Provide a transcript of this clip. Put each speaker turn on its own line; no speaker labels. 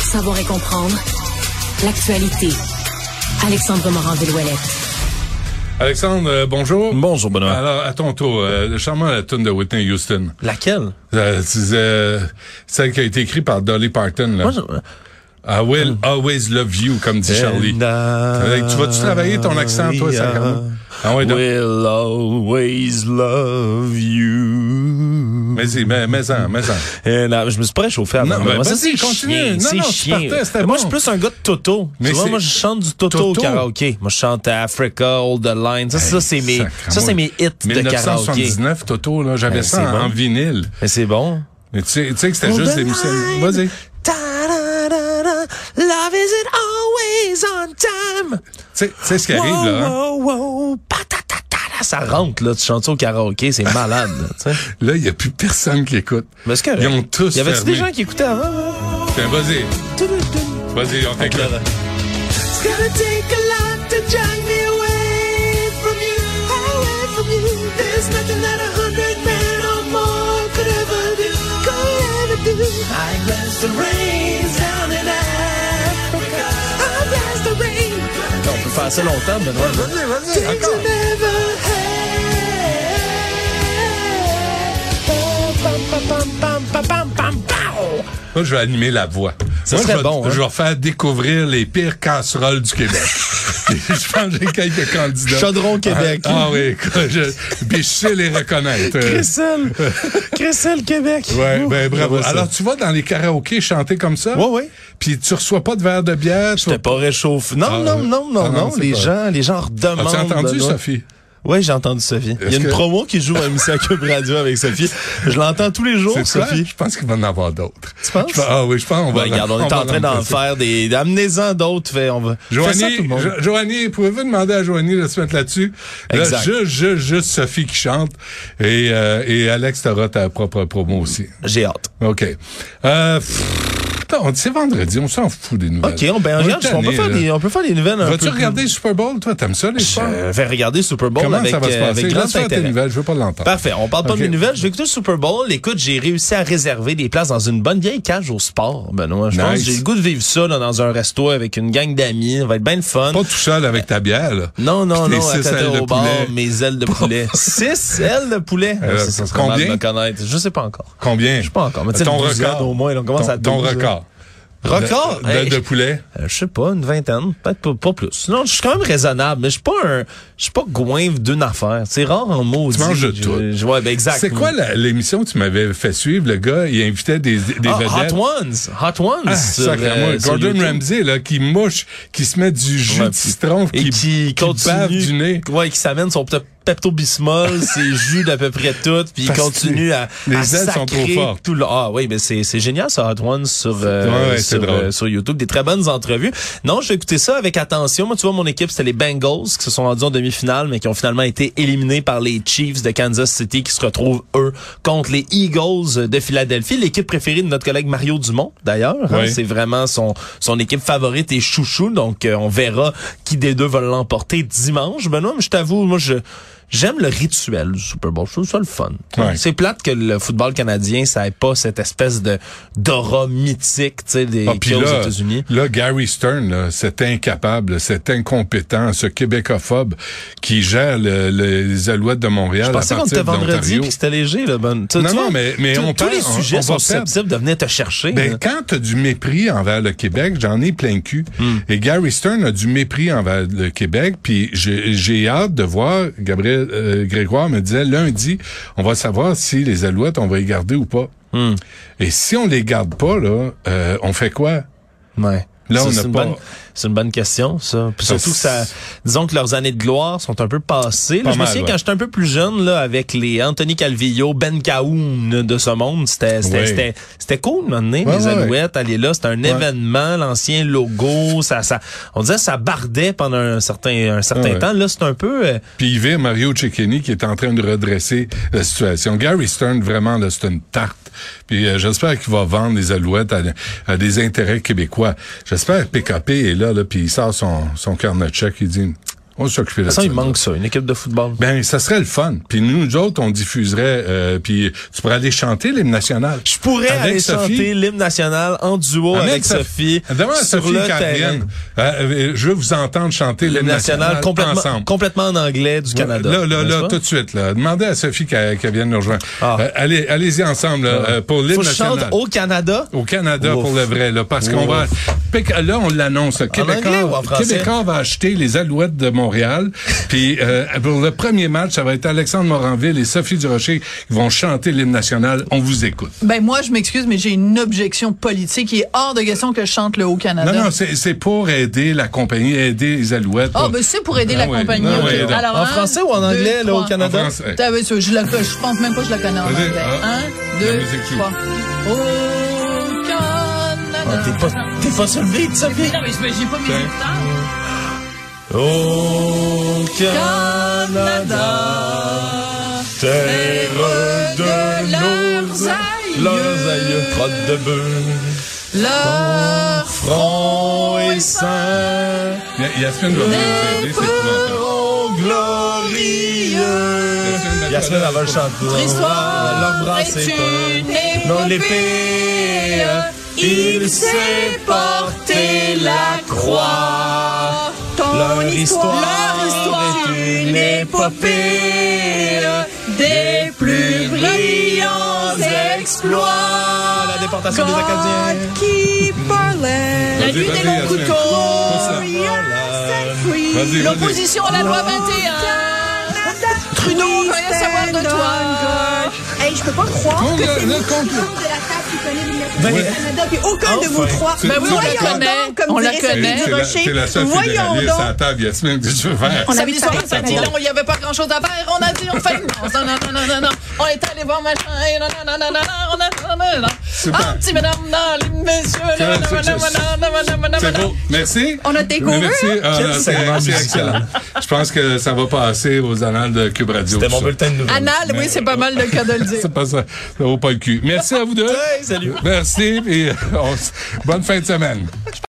savoir et comprendre l'actualité. Alexandre morand
Alexandre, euh, bonjour.
Bonjour, Benoît.
Alors, à ton tour, euh, charmant la tune de Whitney Houston.
Laquelle?
Euh, tu disais, celle qui a été écrite par Dolly Parton. Là.
Moi, je-
I will always love you, comme
Eh,
dit Charlie. Euh,
And I-
Tu vas-tu travailler ton accent, toi, ça, quand même? Ah ouais, donc.
Will always love you.
Vas-y, mais- mais-en, mais-en.
Euh, non, je me suis pas réchauffé avant.
Non,
Moi,
ben,
ça,
vas-y,
c'est
continue.
chiant,
Non,
c'est
non, tu
chiant.
partais, c'était
Moi,
bon.
je suis plus un gars de Toto.
Mais
tu vois,
c'est-
moi, je chante du Toto,
Toto.
au karaoké. Moi, je chante Africa, All the Line. Ça, ça c'est mes,
Sacrement.
ça, c'est mes hits de karaoké.
1979, Toto, là, j'avais
Ben,
ça
c'est
en,
bon.
en vinyle.
Mais c'est bon.
Mais tu sais, tu sais que c'était
On
juste
the
des musiciens.
line.
Vas-y.
Ta-da-da-da. Love isn't always on time.
Tu sais- tu sais ce qui arrive, là. hein?
Wow, wow, wow, patatatata, ça rentre, là, tu chantes ça au karaoké, c'est malade, là, tu sais.
Là, il n'y a plus personne qui écoute.
Mais c'est correct.
Ils ont tous
Y avait-tu
fermé.
des gens qui écoutaient avant, là?
Tiens, vas-y.
It's
Vas-y, on t'écoute.
gonna take a lot to drag me away from you, away from you. There's nothing that a hundred men or more could ever do, could ever do. I glanced the rains down in Africa. I glanced the rain. On peut faire ça longtemps, Benoît.
Vas-y, vas-y, encore.
Oh,
Moi, je vais animer la voix.
Ça
Moi,
serait
je vais,
bon, hein?
Je vais faire découvrir les pires casseroles du Québec. je pense que j'ai quelques candidats.
Chaudron Québec.
Ah, ah oui, écoute, je, puis je sais les reconnaître. Euh,
Cressel! Cressel, Québec!
Ouais, ben bravo. Alors,
Alors,
tu vas dans les karaokés chanter comme ça?
Ouais, ouais.
Puis tu reçois pas de verre de bière? tu-
t'es pas réchauffé. Non,
Ah,
non, non,
ah,
non,
non,
non.
c'est
Les
pas-
gens, les gens redemandent.
As-tu entendu,
Benoît.
Sophie?
Oui, j'ai entendu Sophie. Il y
Est-ce
a une
que-
promo qui joue à Émission Cube Radio avec Sophie. Je l'entends tous les jours,
C'est ça?
Oh, Sophie.
Je pense qu'il va en avoir d'autres.
Tu penses?
Je pense- Ah oui, je pense qu'on va.
Ben, regarde, on est en train d'en faire des. Amenez-en d'autres. Fait, on va. Fais ça, tout le
Joanie,
monde.
Jo- Joanie, pouvez-vous demander à Joanie de se mettre là-dessus? Là,
Exact.
juste, juste, juste Sophie qui chante. Et, euh, et Alex, t'auras ta propre promo aussi.
J'ai hâte.
OK. Euh, pff, attends, c'est vendredi, on s'en fout des nouvelles.
OK, on, ben, regarde,
Euh, est
on, peut
tanné,
faire
là.
des, on peut faire des nouvelles un peu.
Vas-tu regarder le Super Bowl, toi? T'aimes ça, les
Je
sports?
euh, vais regarder le Super Bowl
Comment
avec,
ça va se
euh,
passer?
avec grand
Lance-toi tes
intérêt.
nouvelles, je veux pas l'entendre.
Parfait. On parle pas
Ok.
de mes nouvelles. Je vais écouter le Super Bowl. Écoute, j'ai réussi à réserver des places dans une bonne vieille cage au sport, Benoît. Je pense
Nice.
que j'ai le goût de vivre ça là, dans un resto avec une gang d'amis. Ça va être bien le fun.
Pas tout seul avec ta bière, là.
non, non,
Puis tes
non,
six
attends
ailes de
au bar,
poulet.
mes ailes de poulet. Six ailes de poulet.
Euh,
C'est- c'est mal
combien?
de me connaître. Je sais pas encore.
Combien? Je
sais pas encore, mais tu sais,
ton
une douzaine
record.
au moins, là, on commence
ton,
à
Ton
douze, là.
record.
Record?
De, de-
Hey.
de poulet.
Euh, je sais pas, une vingtaine, peut-être pas, pas plus. Non, je suis quand même raisonnable, mais je suis pas un, je suis pas goinve d'une affaire. C'est rare en mots.
Tu manges de tout.
Ouais, ben exact.
C'est quoi la- l'émission que tu m'avais fait suivre, le gars? Il invitait des, des
Ah,
vedettes.
Hot Ones, Hot Ones.
Ah,
sur,
sacrément.
euh, sur
Gordon
YouTube.
Ramsay, là, qui mouche, qui se met du jus
Ouais,
de citron,
et
qui, qui, bave du nez.
Ouais, qui s'amène son pe- Pepto-Bismol, ses jus d'à peu près tout, puis il
Parce que
continue à
les
à
ailes sont trop
sacrer
fortes.
Tout le... Ah oui, mais c'est c'est génial ça, Hot Ones sur, euh,
Ouais, ouais, c'est
sur,
drôle.
euh, sur YouTube. Des très bonnes entrevues. Non, je vais écouter ça avec attention. Moi, tu vois, mon équipe, c'était les Bengals qui se sont rendus en demi-finale, mais qui ont finalement été éliminés par les Chiefs de Kansas City qui se retrouvent, eux, contre les Eagles de Philadelphie. L'équipe préférée de notre collègue Mario Dumont, d'ailleurs. hein.
Oui.
c'est vraiment son, son équipe favorite et chouchou. Donc, euh, on verra qui des deux va l'emporter dimanche. Benoît, mais je t'avoue, moi, je... J'aime le rituel du Super Bowl. Je trouve ça le fun.
Ouais.
C'est plate que le football canadien, ça ait pas cette espèce de d'aura mythique, tu sais, des
Ah,
qu'il y a aux États-Unis.
là, Gary Stern, là, cet incapable, cet incompétent, ce québécophobe qui gère le- le- les Alouettes de Montréal.
Je pensais
à
qu'on
partir
était vendredi
d'Ontario.
puis que c'était léger, là. Ben, tu-
Non, non,
tu vois,
mais- mais
tous-
on
tous
perd,
les
on-
sujets
on va
sont
perdre.
susceptibles de venir te chercher. là.
Ben, quand tu as du mépris envers le Québec, j'en ai plein le cul. Et Gary Stern a du mépris envers le Québec. Puis j'ai j'ai hâte de voir, Gabriel euh, Grégoire me disait, lundi, on va savoir si les Alouettes, on va les garder ou pas. Et si on les garde pas, là, euh, on fait quoi?
Ouais.
Là,
Ça,
on n'a
c'est une
pas-
bonne- C'est une bonne question, ça. Puis
Ça,
surtout, que
c'est-
ça, disons que leurs années de gloire sont un peu passées.
Pas
Là, je me
mal,
souviens
ouais.
quand j'étais un peu plus jeune, là, avec les Anthony Calvillo, Ben Cahoon de ce monde, c'était, c'était,
Ouais.
c'était, c'était cool, un moment donné,
Ouais,
les
ouais,
Alouettes, aller là, c'était un événement, l'ancien logo, ça, ça, on disait, ça bardait pendant un certain, un certain
Ouais. Ah,
temps. Là, c'est un peu, euh,
Puis il vire Mario Cecchini qui est en train de redresser la situation. Gary Stern, vraiment, là, c'est une tarte. Puis euh, j'espère qu'il va vendre les alouettes à, à des intérêts québécois. J'espère que PKP est là, là puis il sort son, son carnet de chèque. Il dit, On va s'occuper de
ça,
ça.
il manque ça, une équipe de football.
Ben, ça serait le fun. Puis nous, nous autres, on diffuserait, euh, puis tu pourrais aller chanter l'hymne national.
Je pourrais
Avec
aller
Sophie.
chanter l'hymne national en duo avec, Sophie.
Demande à
sur
Sophie
le
qu'elle
terrain.
vienne. Euh, euh, je veux vous entendre chanter
L'hymne national complètement,
ensemble.
complètement en anglais du Canada.
Là, là,
n'est-ce
là,
pas?
tout de suite. Là. Demandez à Sophie qu'elle qu'elle vienne nous rejoindre.
Ah.
Euh, allez, allez-y ensemble là, euh, pour
Faut
l'hymne
que je
national.
chante au Canada.
Au Canada
Ouf.
pour le vrai, là, parce qu'on va. Pic- Là, on l'annonce. le
anglais ou en
Québécois,
français?
Québécois va acheter les Alouettes de Montréal. Puis euh, pour le premier match, ça va être Alexandre Moranville et Sophie Durocher qui vont chanter l'hymne national. On vous écoute.
Ben moi, je m'excuse, mais j'ai une objection politique. Il est hors de question que je chante le Haut-Canada.
Non, non, c'est c'est pour aider la compagnie, aider les Alouettes.
Ah, ben c'est pour aider
Ah
la
ouais,
compagnie.
non,
ok.
ouais, non.
Alors,
En
un,
français ou en
deux,
anglais, là, au
trois.
En
Canada?
français.
T'as vu ça, je, la, je pense même pas que je la connais en
Vas-y,
anglais.
ah,
Un,
la
deux,
musique joue.
trois. Au Canada.
Ah, T'es pas, t'es pas sur le beat, Sophie?
Non, mais je- j'ai pas mis
Tiens.
les temps.
Au
Canada,
terre
de leurs aïeux.
leurs aïeux, crotte de bœuf,
Leur
front et sein,
Y- Yasmine va vous aider, c'est épouvantable.
front glorieux.
Yasmine,
Yasmine, elle va le chanter.
Notre histoire
Leur bras,
est
c'est
une
pas- Non, l'épée,
épopée. Il s'est porté la croix. Ton
Leur histoire
leur histoire
est une
épopée des plus brillants exploits.
La déportation des Acadiens.
qui parlait. La
Vas-y,
lutte
vas-y,
des longs
Yasmine.
couteaux.
Pousse-la.
Oui.
Vas-y, vas-y.
L'opposition à la loi 21. Trudeau, on rien savoir de toi.
Hey, je peux pas croire
Congrès-
que
le
c'est vous qui
congrès-
autour de la table qui connaît l'hymne
Ben,
national du Canada, puis aucun de vous
enfin.
trois.
C'est- Ben oui, on la
voyons
connaît.
donc, comme
On Bah la
dirait Sophie
connaît.
C'est la- C'est la
Durocher,
seule
voyons
fédéraliste à la
donc.
table, Yasmine, qu'est-ce que tu veux faire?
On a
Samedi
vu
soir,
ça.
ça a dit long, il n'y avait pas grand chose à faire. On a dit, on fait. Non, non, non, non, non, non. On est allé voir machin. et Non, non, non, non, non, non, on a- non, non, non.
Super.
Ah, petit madame, non, les messieurs.
C'est-
non, non,
c'est-
non, non, non, non, non, non,
C'est
non.
beau. Merci.
On a découvert.
Merci. Ah,
Quel
non, c'est-
segment
c'est
musical.
excellent. Je pense que ça va passer aux annales de Cube Radio.
C'était mon
ça.
bulletin de nouvelles.
Anal, oui, c'est pas mal le cas de le dire.
C'est pas ça. Ça vaut pas le cul. Merci euh, à vous deux.
Hey, salut.
Merci. Et on s- bonne fin de semaine.